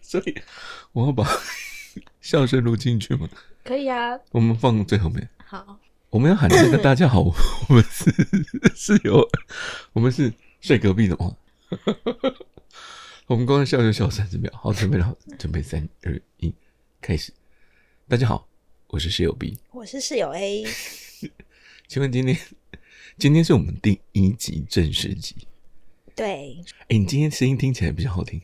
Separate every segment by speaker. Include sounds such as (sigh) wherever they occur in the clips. Speaker 1: 所以我要把 (laughs) 笑声录进去吗？
Speaker 2: 可以啊，
Speaker 1: 我们放最后面，
Speaker 2: 好，
Speaker 1: 我们要喊这个大家好，我们是是有，我们是睡隔壁的吗？我们光是笑就笑三十秒，好，准备了，准备三二一，开始。大家好，我是室友 B，
Speaker 2: 我是室友 A，
Speaker 1: 请问今天今天是我们第一集正式集，
Speaker 2: 对
Speaker 1: 哎、你今天声音听起来比较好听，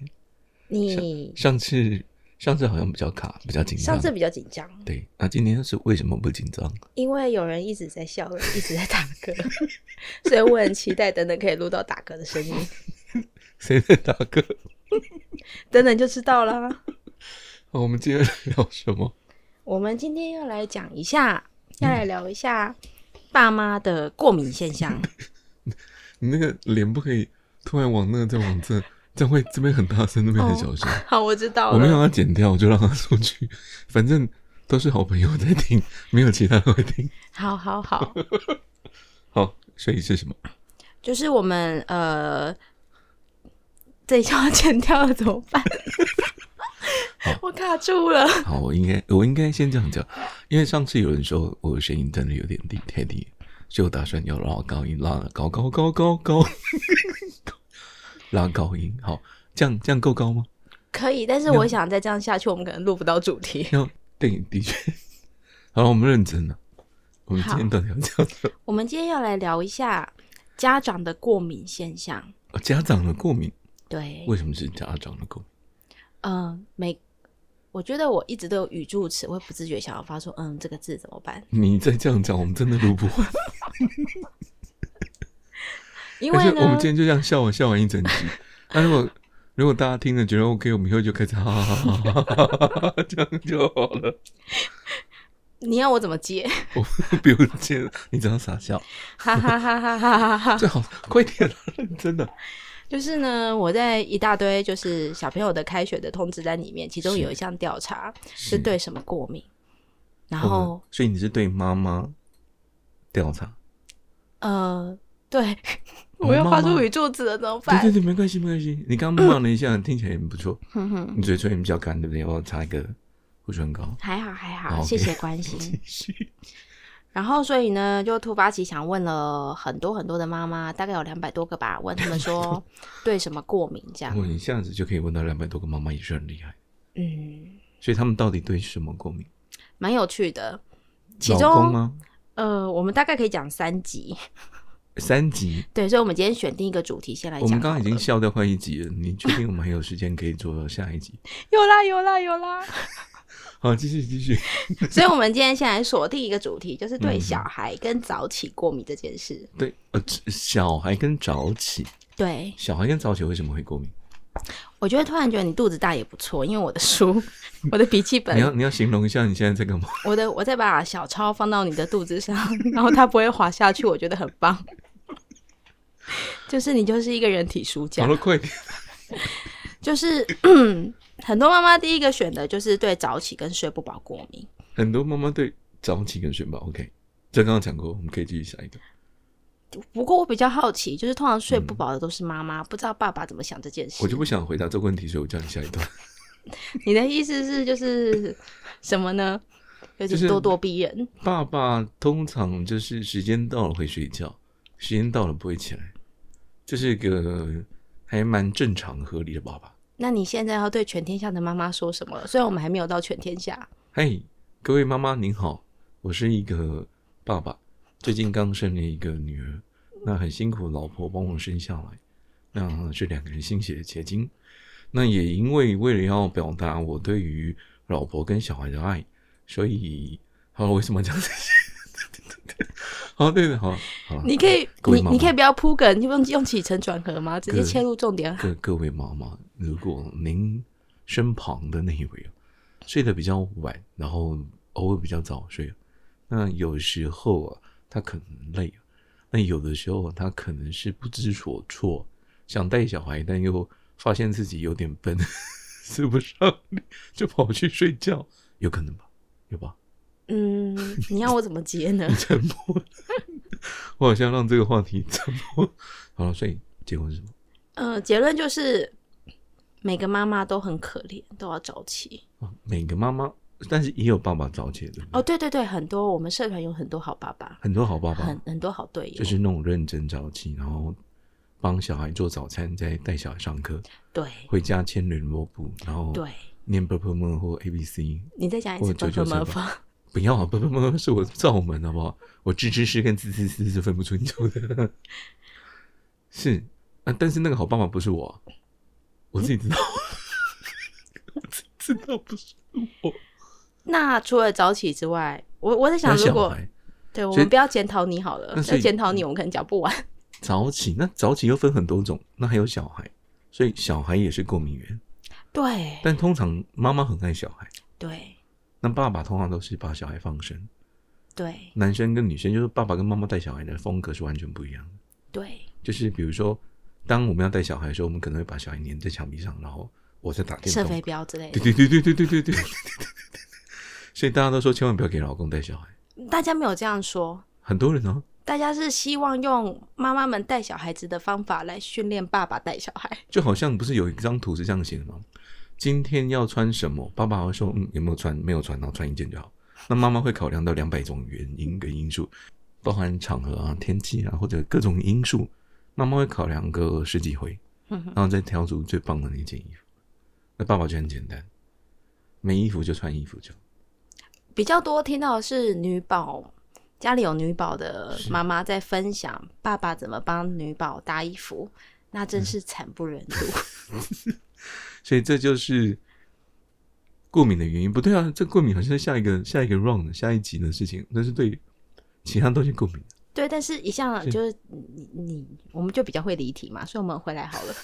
Speaker 2: 你
Speaker 1: 上次上次好像比较卡，比较紧张，
Speaker 2: 上次比较紧张，
Speaker 1: 对，那今天是为什么不紧张？
Speaker 2: 因为有人一直在 (laughs) 笑，一直在打嗝， (laughs) 所以我很期待等等可以录到打嗝的 (laughs) 声音，
Speaker 1: 谁在打 (laughs) 嗝？
Speaker 2: 等等就知道啦。
Speaker 1: 哦好我们今天聊什么？
Speaker 2: 我们今天要来讲一下，要来聊一下爸妈的过敏现象。
Speaker 1: 你那个脸不可以突然往那个再往这，这样会这边很大声，那边很小声。
Speaker 2: (laughs) 哦好，我知道
Speaker 1: 我没有
Speaker 2: 了。
Speaker 1: 让它剪掉，我就让它出去，反正都是好朋友在听，没有其他人会听。
Speaker 2: 好好 (laughs) 好，
Speaker 1: 好，所以是什么？
Speaker 2: 就是我们呃，这一下要剪掉了怎么办？ (laughs) 我卡住了。
Speaker 1: 好，我应该我应该先这样讲，因为上次有人说我的声音真的有点低太低，所以我打算要拉高音，拉得高高高高高， (laughs) 拉高音。好，这样这样够高吗？
Speaker 2: 可以，但是我想再这样下去，我们可能录不到主题。
Speaker 1: 要对，的确。好了，我们认真了。我们今天
Speaker 2: 好
Speaker 1: 到底要讲什么？
Speaker 2: (laughs) 我们今天要来聊一下家长的过敏现象。
Speaker 1: 哦家长的过敏，
Speaker 2: 对，
Speaker 1: 为什么是家长的过敏？
Speaker 2: 嗯、每我觉得我一直都有语助词，我会不自觉想要发出“嗯”这个字怎么办？
Speaker 1: 你再这样讲，我们真的录不完。
Speaker 2: 因
Speaker 1: 而
Speaker 2: 为
Speaker 1: 且我们
Speaker 2: 呢
Speaker 1: 今，天就这样笑完笑完一整集。那如果如果大家听了觉得 OK，我们以后就开始哈哈哈哈哈哈哈哈，这样就好了。 (laughs)
Speaker 2: 你要我怎么 (laughs) 接？
Speaker 1: 我们不用接了，你只要傻笑
Speaker 2: 哈哈哈哈哈哈哈！
Speaker 1: 最好，快点了，啊认真的。
Speaker 2: 就是呢，我在一大堆就是小朋友的开学的通知单里面，其中
Speaker 1: 是
Speaker 2: 有一项调查
Speaker 1: 是
Speaker 2: 是对什么过敏，然
Speaker 1: 嗯
Speaker 2: 后、
Speaker 1: 所以你是对妈妈调查？
Speaker 2: 呃，对，
Speaker 1: 哦
Speaker 2: (laughs) 我又发
Speaker 1: 妈
Speaker 2: 出
Speaker 1: 妈
Speaker 2: 语助词了，怎么
Speaker 1: 对
Speaker 2: 办？
Speaker 1: 对对，没关系没关系。你刚刚骂了一下，听起来也不错。
Speaker 2: 哼哼。
Speaker 1: 你嘴唇也比较干，对不对？我擦一个护唇膏。
Speaker 2: 还好还
Speaker 1: 好
Speaker 2: 好，
Speaker 1: ，OK
Speaker 2: 谢谢
Speaker 1: (laughs)
Speaker 2: 关心。
Speaker 1: 续。
Speaker 2: 然后所以呢，就突发奇想问了很多很多的妈妈，大概有两百多个吧，问他们说对什么过敏这样
Speaker 1: 我。一下子就可以问到两百多个妈妈，也是很厉害。
Speaker 2: 嗯，
Speaker 1: 所以他们到底对什么过敏？
Speaker 2: 蛮有趣的。其
Speaker 1: 老公
Speaker 2: 中
Speaker 1: 吗？
Speaker 2: 呃，我们大概可以讲三集，
Speaker 1: 三集，
Speaker 2: 对，所以我们今天选定一个主题先来
Speaker 1: 我
Speaker 2: 讲好
Speaker 1: 们
Speaker 2: 了。
Speaker 1: 刚刚已经笑掉快一集了。你确定我们还有时间可以做下一集？
Speaker 2: 有啦有啦有
Speaker 1: (laughs)
Speaker 2: 啦，
Speaker 1: 好，继续继续。
Speaker 2: 所以我们今天先来锁定一个主题，就是对
Speaker 1: 嗯
Speaker 2: 小孩跟早起过敏这件事。
Speaker 1: (laughs) 对，呃，这小孩跟早起，
Speaker 2: 对
Speaker 1: 小孩跟早起为什么会过敏？
Speaker 2: 我觉得突然觉得你肚子大也不错，因为我的书，我的笔记本
Speaker 1: 你要你要形容一下你现在在干嘛？
Speaker 2: 我的，我再把小抄放到你的肚子上，然后它不会滑下去，我觉得很棒。 (laughs) 就是你就是一个人体书
Speaker 1: 好
Speaker 2: 架，
Speaker 1: 了，快点。
Speaker 2: 就是 (clears throat) 很多妈妈第一个选的就是对早起跟睡不饱过敏。
Speaker 1: 很多妈妈对早起跟睡饱，OK，这刚刚讲过，我们可以继续下一个。
Speaker 2: 不过我比较好奇，就是通常睡不饱的都是妈妈，不知道爸爸怎么想这件事
Speaker 1: 嗯我。就不想回答这个问题，所以我叫你下一段。
Speaker 2: 你的意思是就是什么呢？有
Speaker 1: 就
Speaker 2: 点
Speaker 1: 是
Speaker 2: 咄咄逼人，
Speaker 1: 爸爸通常就是时间到了会睡觉，时间到了不会起来，这是个还蛮正常合理的爸爸。
Speaker 2: 那你现在要对全天下的妈妈说什么了？虽然我们还没有到全天下，
Speaker 1: 嘿，各位妈妈您好，我是一个爸爸，最近刚生了一个女儿，那很辛苦老婆帮我生下来，那是两个人心血的结晶。那也因为为了要表达我对于老婆跟小孩的爱，所以好了，为什么讲这些？ (laughs) 好，对的，好，好了。
Speaker 2: 你可以，
Speaker 1: 各位
Speaker 2: 你
Speaker 1: 妈妈
Speaker 2: 你可以不要铺梗，你不用用起承转合吗？直接
Speaker 1: 对
Speaker 2: 切入重点啊
Speaker 1: (laughs) 各各位妈妈，如果您身旁的那一位啊睡得比较晚，然后偶尔比较早睡，啊那有时候啊，他可能累啊，那有的时候啊他可能是不知所措，想带小孩，但又发现自己有点笨， (laughs) 使不上力，就跑去睡觉，有可能吧？有吧？
Speaker 2: 嗯，你要我怎么接
Speaker 1: (laughs)
Speaker 2: 呢？
Speaker 1: 沉默，我好像让这个话题沉默。好了，所以结婚是什么？
Speaker 2: 呃，结论就是每个妈妈都很可怜，都要早起。
Speaker 1: 哦每个妈妈，但是也有爸爸早起的，
Speaker 2: 哦，对对对，很多我们社团有很多好爸爸，
Speaker 1: 很多好爸
Speaker 2: 很
Speaker 1: 爸
Speaker 2: 很多好队友，
Speaker 1: 就是那种认真早起，然后帮小孩做早餐，再带小孩上课，
Speaker 2: 对
Speaker 1: 回家牵联络簿，然后
Speaker 2: 对。
Speaker 1: 念 b u r p l e m 或 A B C。
Speaker 2: 你再讲一
Speaker 1: 或
Speaker 2: 次
Speaker 1: 者
Speaker 2: 伯
Speaker 1: 九
Speaker 2: 伯
Speaker 1: 九
Speaker 2: 魔
Speaker 1: 乘
Speaker 2: 方，
Speaker 1: 不要啊！ (laughs) 不不不，是我造门好不好？我吱吱吱跟吱吱吱是分不清楚的。 (laughs) 是啊，但是那个好爸爸不是我啊，我自己知道， (laughs) 我自己知道不是我。
Speaker 2: 那除了早起之外，我我在想，
Speaker 1: 那
Speaker 2: 如
Speaker 1: 小
Speaker 2: 果
Speaker 1: 孩
Speaker 2: 对我
Speaker 1: 所以
Speaker 2: 们不要检讨你好了
Speaker 1: 那，所
Speaker 2: 要
Speaker 1: 以
Speaker 2: 检讨你，我们可能讲不完。
Speaker 1: 早起，那早起又分很多种，那还有小孩，所以小孩也是过敏源。
Speaker 2: 对
Speaker 1: 但通常妈妈很爱小孩，
Speaker 2: 对
Speaker 1: 那爸爸通常都是把小孩放生。
Speaker 2: 对
Speaker 1: 男生跟女生就是爸爸跟妈妈带小孩的风格是完全不一样的。
Speaker 2: 对
Speaker 1: 就是比如说，当我们要带小孩的时候，我们可能会把小孩粘在墙壁上，然后我在打电
Speaker 2: 射
Speaker 1: 动。
Speaker 2: 飞镖之类
Speaker 1: 对
Speaker 2: 的，
Speaker 1: 对对对对对对对。所以大家都说千万不要给老公带小孩，
Speaker 2: 大家没有这样说，
Speaker 1: 很多人哦，
Speaker 2: 大家是希望用妈妈们带小孩子的方法来训练爸爸带小孩。 (laughs)
Speaker 1: 就好像不是有一张图是这样写的吗？今天要穿什么？爸爸会说，嗯，有没有穿？没有穿，然后穿一件就好。那妈妈会考量到两百种原因跟因素，包含场合啊、天气啊，或者各种因素，妈妈会考量个十几回。
Speaker 2: 哼哼
Speaker 1: 然后再挑出最棒的那件衣服。那爸爸就很简单，没衣服就穿衣服就好。
Speaker 2: 比较多听到的是女宝。家里有女宝的妈妈在分享爸爸怎么帮女宝搭衣服，那真是惨不忍睹。
Speaker 1: 嗯所以这就是过敏的原因。不对啊，这过敏好像是下一个下一个 round 下一集的事情，那是对其他东西过敏。
Speaker 2: (laughs) 对，但是一向
Speaker 1: 是
Speaker 2: 就是你你，我们就比较会离题嘛，所以我们回来好了。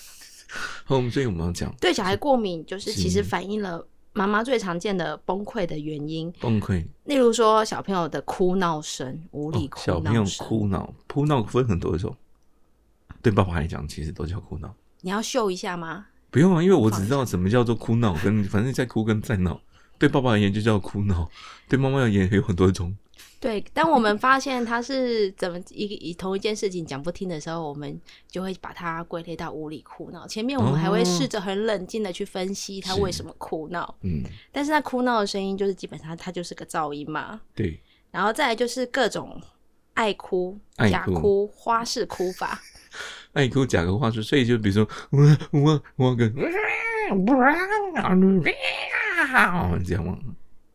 Speaker 1: 好，我们所以我们要讲
Speaker 2: 对小孩过敏，就是
Speaker 1: 是
Speaker 2: 其实反映了妈妈最常见的崩溃的原因，
Speaker 1: 崩溃，
Speaker 2: 例如说小朋友的哭闹声、无
Speaker 1: 哦
Speaker 2: 理、哭
Speaker 1: 小
Speaker 2: 闹
Speaker 1: 朋友
Speaker 2: 声，
Speaker 1: 哭闹，哭闹分很多种。对爸爸来讲，其实都叫哭闹。
Speaker 2: 你要秀一下吗？
Speaker 1: 不用啊，因为我只知道什么叫做哭闹，跟反正在哭跟在闹。对爸爸而言就叫哭闹，对妈妈而言也有很多种。
Speaker 2: 对，当我们发现他是怎么一个以同一件事情讲不听的时候，我们就会把它归类到无理哭闹。前面我们还会
Speaker 1: 哦
Speaker 2: 试着很冷静的去分析他
Speaker 1: 是
Speaker 2: 为什么哭闹，
Speaker 1: 嗯，
Speaker 2: 但是他哭闹的声音就是基本上他就是个噪音嘛。
Speaker 1: 对。
Speaker 2: 然后再来就是各种爱哭、
Speaker 1: 爱
Speaker 2: 假
Speaker 1: 哭
Speaker 2: 哭、花式哭法。
Speaker 1: 爱哭假个话术，所以就比如说，我我我跟，这样吗？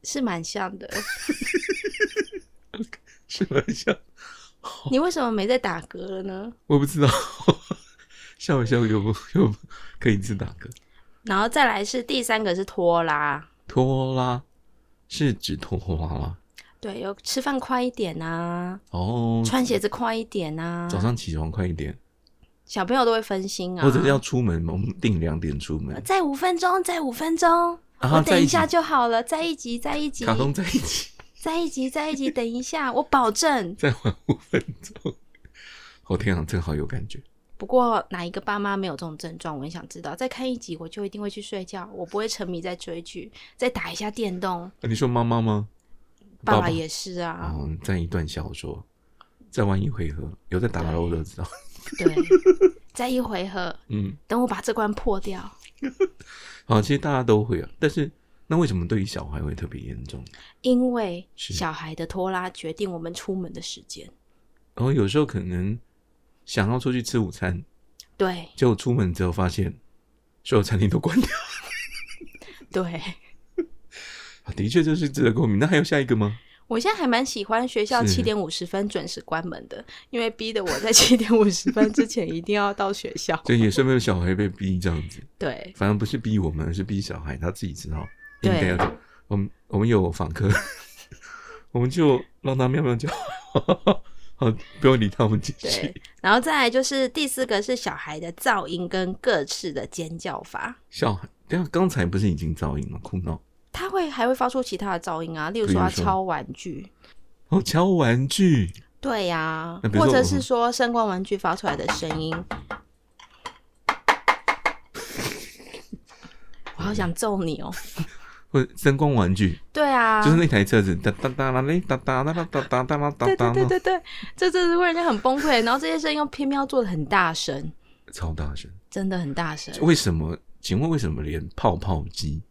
Speaker 2: 是蛮像
Speaker 1: (laughs)
Speaker 2: 的，
Speaker 1: 是玩笑，
Speaker 2: 你为什么没在打嗝了呢？
Speaker 1: 我不知道，笑一笑又不又不可以自打嗝。
Speaker 2: 然后再来是第三个是拖拉，
Speaker 1: 拖拉是指拖拉吗？
Speaker 2: 对，有吃饭快一点啊，
Speaker 1: 哦，
Speaker 2: 穿鞋子快一点啊，
Speaker 1: 早上起床快一点，
Speaker 2: 小朋友都会分心啊，
Speaker 1: 或者是要出门，我们定两点出门，
Speaker 2: 再五分钟，再五分钟，
Speaker 1: 啊
Speaker 2: 我等
Speaker 1: 再
Speaker 2: 一下
Speaker 1: 一集
Speaker 2: 就好了，再一集，再一集，
Speaker 1: 卡通在一起，
Speaker 2: 再一集，再一集，等一下，我保证。
Speaker 1: 再玩五分钟。我、天啊，真好有感觉。
Speaker 2: 不过哪一个爸妈没有这种症状？我很想知道。再看一集，我就一定会去睡觉，我不会沉迷在追剧，再打一下电动。
Speaker 1: 啊你说妈妈吗？
Speaker 2: 爸
Speaker 1: 爸哦
Speaker 2: 爸
Speaker 1: 爸
Speaker 2: 也是啊
Speaker 1: 然，后再一段小说，再玩一回合，有在打的我都知道。
Speaker 2: 对。再一回合，
Speaker 1: 嗯，
Speaker 2: 等我把这关破掉。
Speaker 1: 好，其实大家都会啊，但是那为什么对于小孩会特别严重？
Speaker 2: 因为
Speaker 1: 是
Speaker 2: 小孩的拖拉决定我们出门的时间。
Speaker 1: 然哦后有时候可能想要出去吃午餐，
Speaker 2: 对
Speaker 1: 结果出门之后发现所有餐厅都关掉，
Speaker 2: 对，
Speaker 1: 啊的确就是值得过敏。那还有下一个吗？
Speaker 2: 我现在还蛮喜欢学校
Speaker 1: 是。
Speaker 2: 七点五十分准时关门的，因为逼得我在七点五十分之前一定要到学校
Speaker 1: 对，也是没有小孩被逼这样子，
Speaker 2: 对
Speaker 1: 反正不是逼我们，而是逼小孩他自己知道应
Speaker 2: 对
Speaker 1: 该要这样。我们我们有访客，我们就让他喵喵叫，好，不用理他我们继续
Speaker 2: 对。，然后再来就是第四个是小孩的噪音跟各式的尖叫法，
Speaker 1: 小孩，等一下刚才不是已经噪音了，哭闹，
Speaker 2: 他会还会发出其他的噪音啊，例如
Speaker 1: 比如
Speaker 2: 说他
Speaker 1: 说
Speaker 2: 敲玩具。
Speaker 1: 哦，敲玩具，
Speaker 2: 对呀、
Speaker 1: 那比如
Speaker 2: 或
Speaker 1: 说
Speaker 2: 者
Speaker 1: 我
Speaker 2: 是
Speaker 1: 们
Speaker 2: 说声光玩具发出来的声
Speaker 1: (laughs)
Speaker 2: 音，我好想揍你哦！
Speaker 1: 或者声光玩具，
Speaker 2: 对啊，
Speaker 1: 就是那台车子哒哒哒啦嘞，哒哒哒哒哒哒哒啦哒
Speaker 2: 对对
Speaker 1: 哒
Speaker 2: 对
Speaker 1: 啦，
Speaker 2: 对对，这真是会让人家很崩溃。然后这些声音又偏偏要做的很大声，
Speaker 1: 超大声。
Speaker 2: 真的很大声。
Speaker 1: 为什么请问为什么连泡泡机，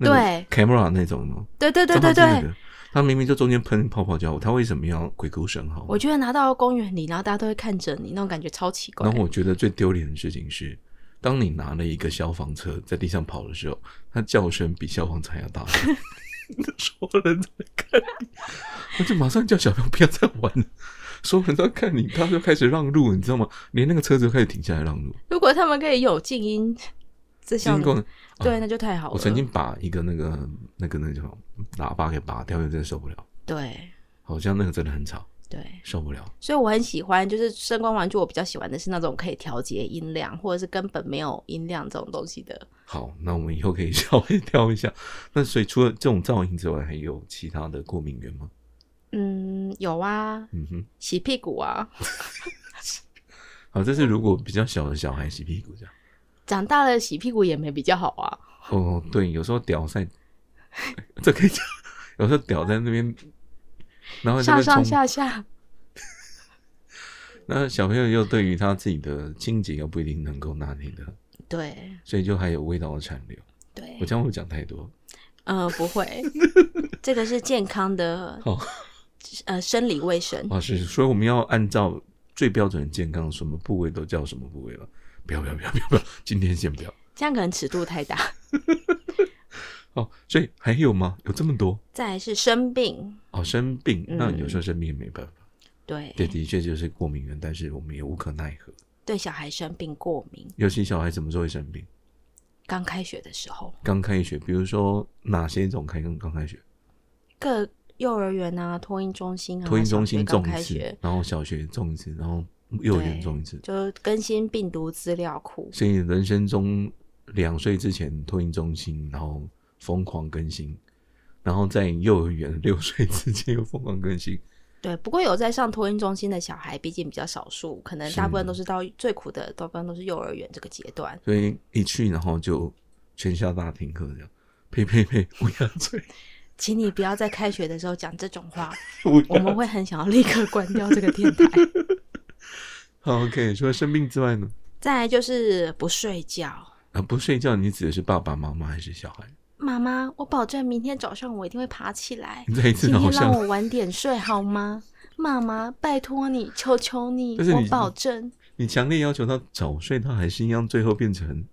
Speaker 2: 对
Speaker 1: ，camera 那种呢？
Speaker 2: 对对对
Speaker 1: 照他
Speaker 2: 对
Speaker 1: 自己
Speaker 2: 对，
Speaker 1: 的，他明明就中间喷泡泡胶，他为什么要鬼哭神嚎？
Speaker 2: 我觉得拿到公园里，然后大家都会看着你，那种感觉超奇怪
Speaker 1: 然。后我觉得最丢脸的事情是，当你拿了一个消防车在地上跑的时候，它叫声比消防车还要大 (laughs) 声，所有人在看你，我就马上叫小朋友不要再玩了。所有人都在看你，他就开始让路，你知道吗？连那个车子都开始停下来让路。
Speaker 2: 如果他们可以有静音，这项
Speaker 1: 经过
Speaker 2: 对，那就太好了。
Speaker 1: 我曾经把一个那个那个那个叫什么喇叭给拔掉，因为真的受不了，
Speaker 2: 对
Speaker 1: 好像那个真的很吵，
Speaker 2: 对，
Speaker 1: 受不了。
Speaker 2: 所以我很喜欢，就是声光玩具，我比较喜欢的是那种可以调节音量，或者是根本没有音量这种东西的。
Speaker 1: 好，那我们以后可以 (laughs) 稍微挑一下。那所以除了这种噪音之外，还有其他的过敏源吗？
Speaker 2: 嗯，有啊，
Speaker 1: 嗯哼，
Speaker 2: 洗屁股啊，
Speaker 1: 好，这是如果比较小的小孩洗屁股这样。
Speaker 2: 长大了洗屁股也没比较好啊。
Speaker 1: 哦，对，有时候屌在，这可以讲，有时候屌在那边，然后在
Speaker 2: 上
Speaker 1: 那边
Speaker 2: 上
Speaker 1: 冲。
Speaker 2: 下下，
Speaker 1: 那小朋友又对于他自己的清洁又不一定能够拿捏的，
Speaker 2: 对
Speaker 1: 所以就还有味道的残留。
Speaker 2: 对
Speaker 1: 我，这样会讲太多，
Speaker 2: 嗯、不会，
Speaker 1: (laughs)
Speaker 2: 这个是健康的
Speaker 1: 好，
Speaker 2: 呃生理卫生。
Speaker 1: 啊是，所以我们要按照最标准的健康，什么部位都叫什么部位了。不要不要不要不要不要，今天先不要。
Speaker 2: 这样可能尺度太大。
Speaker 1: 哦，所以还有吗？有这么多
Speaker 2: 再来是生病，
Speaker 1: 哦，生病，那
Speaker 2: 嗯
Speaker 1: 有时候生病也没办法，
Speaker 2: 对
Speaker 1: 这的确就是过敏源，但是我们也无可奈何。
Speaker 2: 对小孩生病过敏，
Speaker 1: 尤其小孩什么时候会生病？
Speaker 2: 刚开学的时候，
Speaker 1: 刚开学，比如说哪些种开刚刚开学？
Speaker 2: 各幼儿园啊、托婴中心啊、
Speaker 1: 托婴中心
Speaker 2: 小学
Speaker 1: 种
Speaker 2: 刚开
Speaker 1: 一
Speaker 2: 学
Speaker 1: 次，，然后小学种一次，然后幼儿园种一次，
Speaker 2: 就更新病毒资料库。
Speaker 1: 所以人生中两岁之前托婴中心，然后疯狂更新，然后在幼儿园六岁之前又疯狂更新，
Speaker 2: 对，不过有在上托婴中心的小孩，毕竟比较少数，可能
Speaker 1: 是
Speaker 2: 大部分都是到最苦的，大部分都是幼儿园这个阶段。
Speaker 1: 所以一去然后就全校大停课这样。呸呸呸！乌 (laughs) 鸦嘴，
Speaker 2: 请你不要在开学的时候讲这种话，
Speaker 1: 乌鸦
Speaker 2: 我们会很想要立刻关掉这个电台。
Speaker 1: (laughs) 好 OK，除了生病之外呢？
Speaker 2: 再来就是不睡觉，
Speaker 1: 啊，不睡觉，你指的是爸爸妈妈还是小孩？ (laughs)
Speaker 2: 妈妈，我保证明天早上我一定会爬起来。
Speaker 1: (laughs) 你这一次
Speaker 2: 今天
Speaker 1: 好
Speaker 2: 让
Speaker 1: 像
Speaker 2: 我晚点睡好吗？妈妈，拜托你，求求你，
Speaker 1: 但是你
Speaker 2: 我保证。
Speaker 1: 你强烈要求他早睡，他还是一样，最后变成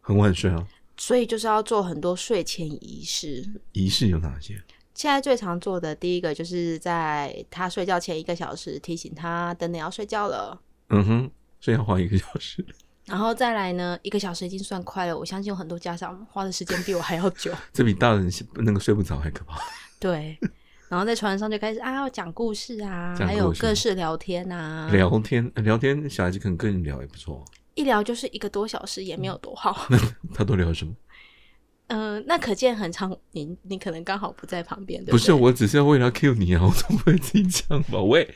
Speaker 1: 很晚睡啊。
Speaker 2: 所以就是要做很多睡前仪式。
Speaker 1: 仪式有哪些？
Speaker 2: 现在最常做的第一个就是在他睡觉前一个小时提醒他，等等要睡觉了。
Speaker 1: 嗯哼，所以要花一个小时， (laughs)
Speaker 2: 然后再来呢，一个小时已经算快了。我相信有很多家长花的时间比我还要久。 (laughs)
Speaker 1: 这比大人那个睡不着还可怕。
Speaker 2: 对，然后在床上就开始啊，要讲故事啊，
Speaker 1: 讲
Speaker 2: 还有
Speaker 1: 故事哎
Speaker 2: 各式聊天啊，
Speaker 1: 聊天聊天，小孩子可能跟你聊也不错、啊
Speaker 2: 一聊就是一个多小时，也
Speaker 1: 嗯
Speaker 2: 没有多好。 (laughs)
Speaker 1: 他都聊什么？
Speaker 2: 嗯，那可见很长，你你可能刚好不在旁边，对
Speaker 1: 不
Speaker 2: 不
Speaker 1: 是，
Speaker 2: 对？
Speaker 1: 我只是为了 Q 你啊，我总不会自己讲吧？喂，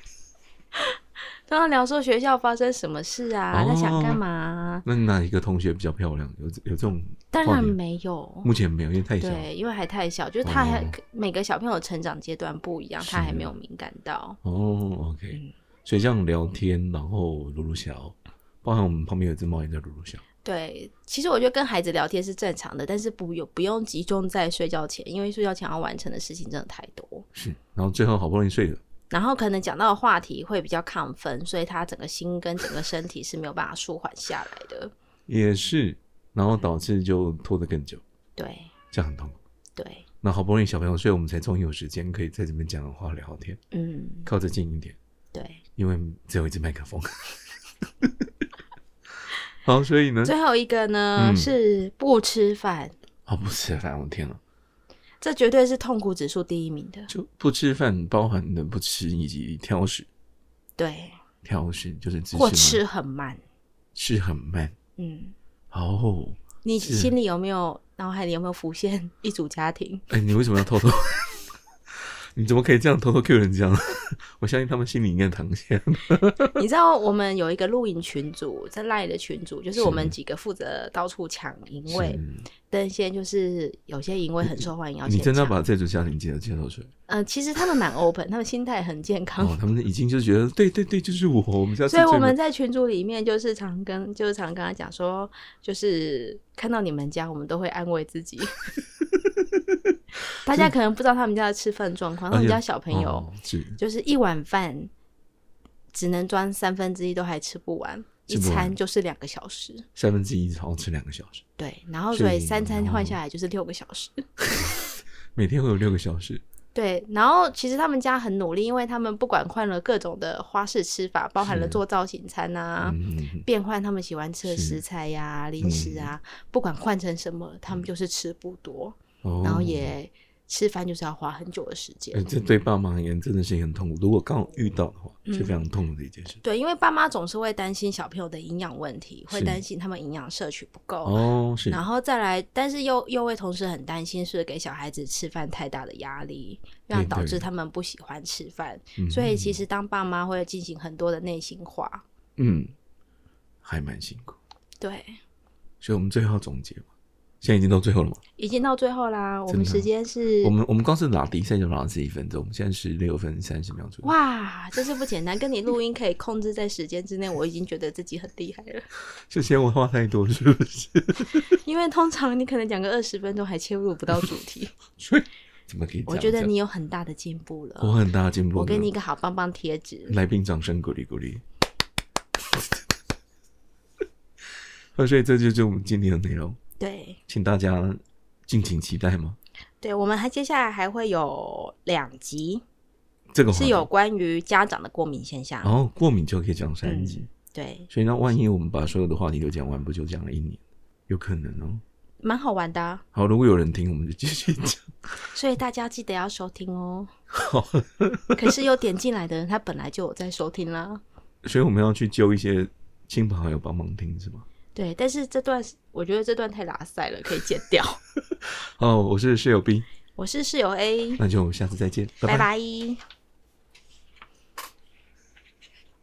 Speaker 2: 都要聊说学校发生什么事啊，在想干
Speaker 1: 哦
Speaker 2: 嘛啊？
Speaker 1: 那你哪一个同学比较漂亮？有有这种
Speaker 2: 当
Speaker 1: 话
Speaker 2: 然
Speaker 1: 题吗？
Speaker 2: 没有，
Speaker 1: 目前没有，因为太小。
Speaker 2: 对，因为还太小，就是他还、
Speaker 1: 哦
Speaker 2: 每个小朋友成长阶段不一样，他
Speaker 1: 是
Speaker 2: 还没有敏感到。
Speaker 1: 哦，OK，
Speaker 2: 嗯
Speaker 1: 所以这样聊天，然后鲁鲁小，包含我们旁边有一只猫也叫鲁鲁小。
Speaker 2: 对，其实我觉得跟孩子聊天是正常的，但是不有不用集中在睡觉前，因为睡觉前要完成的事情真的太多。
Speaker 1: 是，然后最后好不容易睡了，
Speaker 2: 然后可能讲到的话题会比较亢奋，所以他整个心跟整个身体是没有办法舒缓下来的。
Speaker 1: 也是，然后导致就拖得更久，
Speaker 2: 对
Speaker 1: 这样很痛苦。
Speaker 2: 对，
Speaker 1: 那好不容易小朋友睡，我们才终于有时间可以在这边讲话聊天，
Speaker 2: 嗯，
Speaker 1: 靠着近一点，
Speaker 2: 对。
Speaker 1: 因为只有一只麦克风。 (laughs) 好，所以呢，
Speaker 2: 最后一个呢、
Speaker 1: 嗯
Speaker 2: 是不吃饭，
Speaker 1: 啊、不吃饭，我天啊哪，
Speaker 2: 这绝对是痛苦指数第一名的。
Speaker 1: 就不吃饭包含的不吃以及挑食，
Speaker 2: 对，
Speaker 1: 挑食就是只
Speaker 2: 或
Speaker 1: 吃
Speaker 2: 吃
Speaker 1: 吗
Speaker 2: 很慢。
Speaker 1: 吃很慢，
Speaker 2: 嗯，
Speaker 1: 哦，
Speaker 2: 你
Speaker 1: 是 (laughs)
Speaker 2: 心里有没有脑海里有没有浮现一组家庭？
Speaker 1: 哎，你为什么要偷偷？你怎么可以这样偷偷 Q 人家呢？ (laughs) 我相信他们心里应该淌血。
Speaker 2: 你知道我们有一个露营群组，在赖的群组，就是
Speaker 1: 是
Speaker 2: 我们几个负责到处抢营位，但现在就是有些营位很受欢迎，要
Speaker 1: 嗯你
Speaker 2: 先
Speaker 1: 真的
Speaker 2: 抢。
Speaker 1: 把这组家庭介介绍出来？
Speaker 2: 呃，其实他们蛮 open，他们心态很健康，
Speaker 1: 哦，他们已经就觉得对对对，就是我，我们家是
Speaker 2: 所以我
Speaker 1: 最
Speaker 2: 们在群组里面就是常跟，就是常跟他讲说，就是看到你们家，我们都会安慰
Speaker 1: (laughs)
Speaker 2: 自己。大家可能不知道他们家的吃饭状况，他
Speaker 1: 而
Speaker 2: 们
Speaker 1: 且
Speaker 2: 家小朋友、
Speaker 1: 哦是
Speaker 2: 就是一碗饭只能装三分之一，都还吃不完，
Speaker 1: 吃
Speaker 2: 一
Speaker 1: 不完
Speaker 2: 餐就是两个小时。
Speaker 1: 三分之一，然后吃两个小时，
Speaker 2: 对，然后
Speaker 1: 所
Speaker 2: 所
Speaker 1: 以
Speaker 2: 以三餐
Speaker 1: 哦
Speaker 2: 换下来就是六个小时。 (laughs)
Speaker 1: 每天会有六个小时。
Speaker 2: 对，然后其实他们家很努力，因为他们不管换了各种的花式吃法，包含了
Speaker 1: 是
Speaker 2: 做造型餐啊，
Speaker 1: 嗯，
Speaker 2: 变换他们喜欢吃的
Speaker 1: 是嗯
Speaker 2: 食材呀、零食啊，不管换成什么，他们就是吃不多，
Speaker 1: 哦
Speaker 2: 然后也吃饭就是要花很久的时间。
Speaker 1: 呃，这对爸妈而言真的是一个很痛苦。如果刚好遇到的话，
Speaker 2: 嗯
Speaker 1: 是非常痛苦的一件事。
Speaker 2: 对，因为爸妈总是会担心小朋友的营养问题，会
Speaker 1: 是
Speaker 2: 担心他们营养摄取不够，
Speaker 1: 哦，是
Speaker 2: 然后再来，但是又又会同时很担心是给小孩子吃饭太大的压力，让
Speaker 1: 对
Speaker 2: 导致
Speaker 1: 对
Speaker 2: 他们不喜欢吃饭。所以其实当爸妈会进行很多的内心化。
Speaker 1: 嗯，还蛮辛苦。
Speaker 2: 对，
Speaker 1: 所以我们最后总结嘛，现在已经到最后了嘛。
Speaker 2: 已经到最后啦，我
Speaker 1: 真
Speaker 2: 们
Speaker 1: 的
Speaker 2: 时间是
Speaker 1: 我们我们刚是拿第一赛就拿了十一分钟，我们现在是六分三十秒左右。
Speaker 2: 哇，这是不简单。跟你录音可以控制在时间之内，我已经觉得自己很厉害了。 (laughs)
Speaker 1: 是嫌我话太多是不是？
Speaker 2: 因为通常你可能讲个二十分钟还切入不到主
Speaker 1: (laughs)
Speaker 2: 题，
Speaker 1: 所以怎么可以这样讲？
Speaker 2: 我觉得你有很大的进步
Speaker 1: 我
Speaker 2: 了。
Speaker 1: 很大的进步。
Speaker 2: 我给你一个好棒棒贴纸，
Speaker 1: 呃来宾掌声鼓励鼓励。好，所以这就是我们今天的内容，
Speaker 2: 对。
Speaker 1: 请大家敬请期待吗？
Speaker 2: 对，我们还接下来还会有两集，
Speaker 1: 这个话
Speaker 2: 是
Speaker 1: 题
Speaker 2: 有关于家长的过敏现象。
Speaker 1: 然后过敏就可以讲三集，
Speaker 2: 对，
Speaker 1: 所以那万一我们把所有的话题都讲完，不就讲了一年？有可能哦。
Speaker 2: 蛮好玩的啊、
Speaker 1: 好，如果有人听，我们就继续讲。
Speaker 2: 所以大家记得要收听哦。
Speaker 1: 好，
Speaker 2: 可是有点进来的人，他本来就有在收听啦。
Speaker 1: 所以我们要去揪一些亲朋好友帮忙听，是吗？
Speaker 2: 对，但是这段我觉得这段太拉塞了，可以剪掉。
Speaker 1: 哦，我是室友 B，
Speaker 2: 我是室友 A，
Speaker 1: 那就下次再见，拜拜
Speaker 2: 拜拜。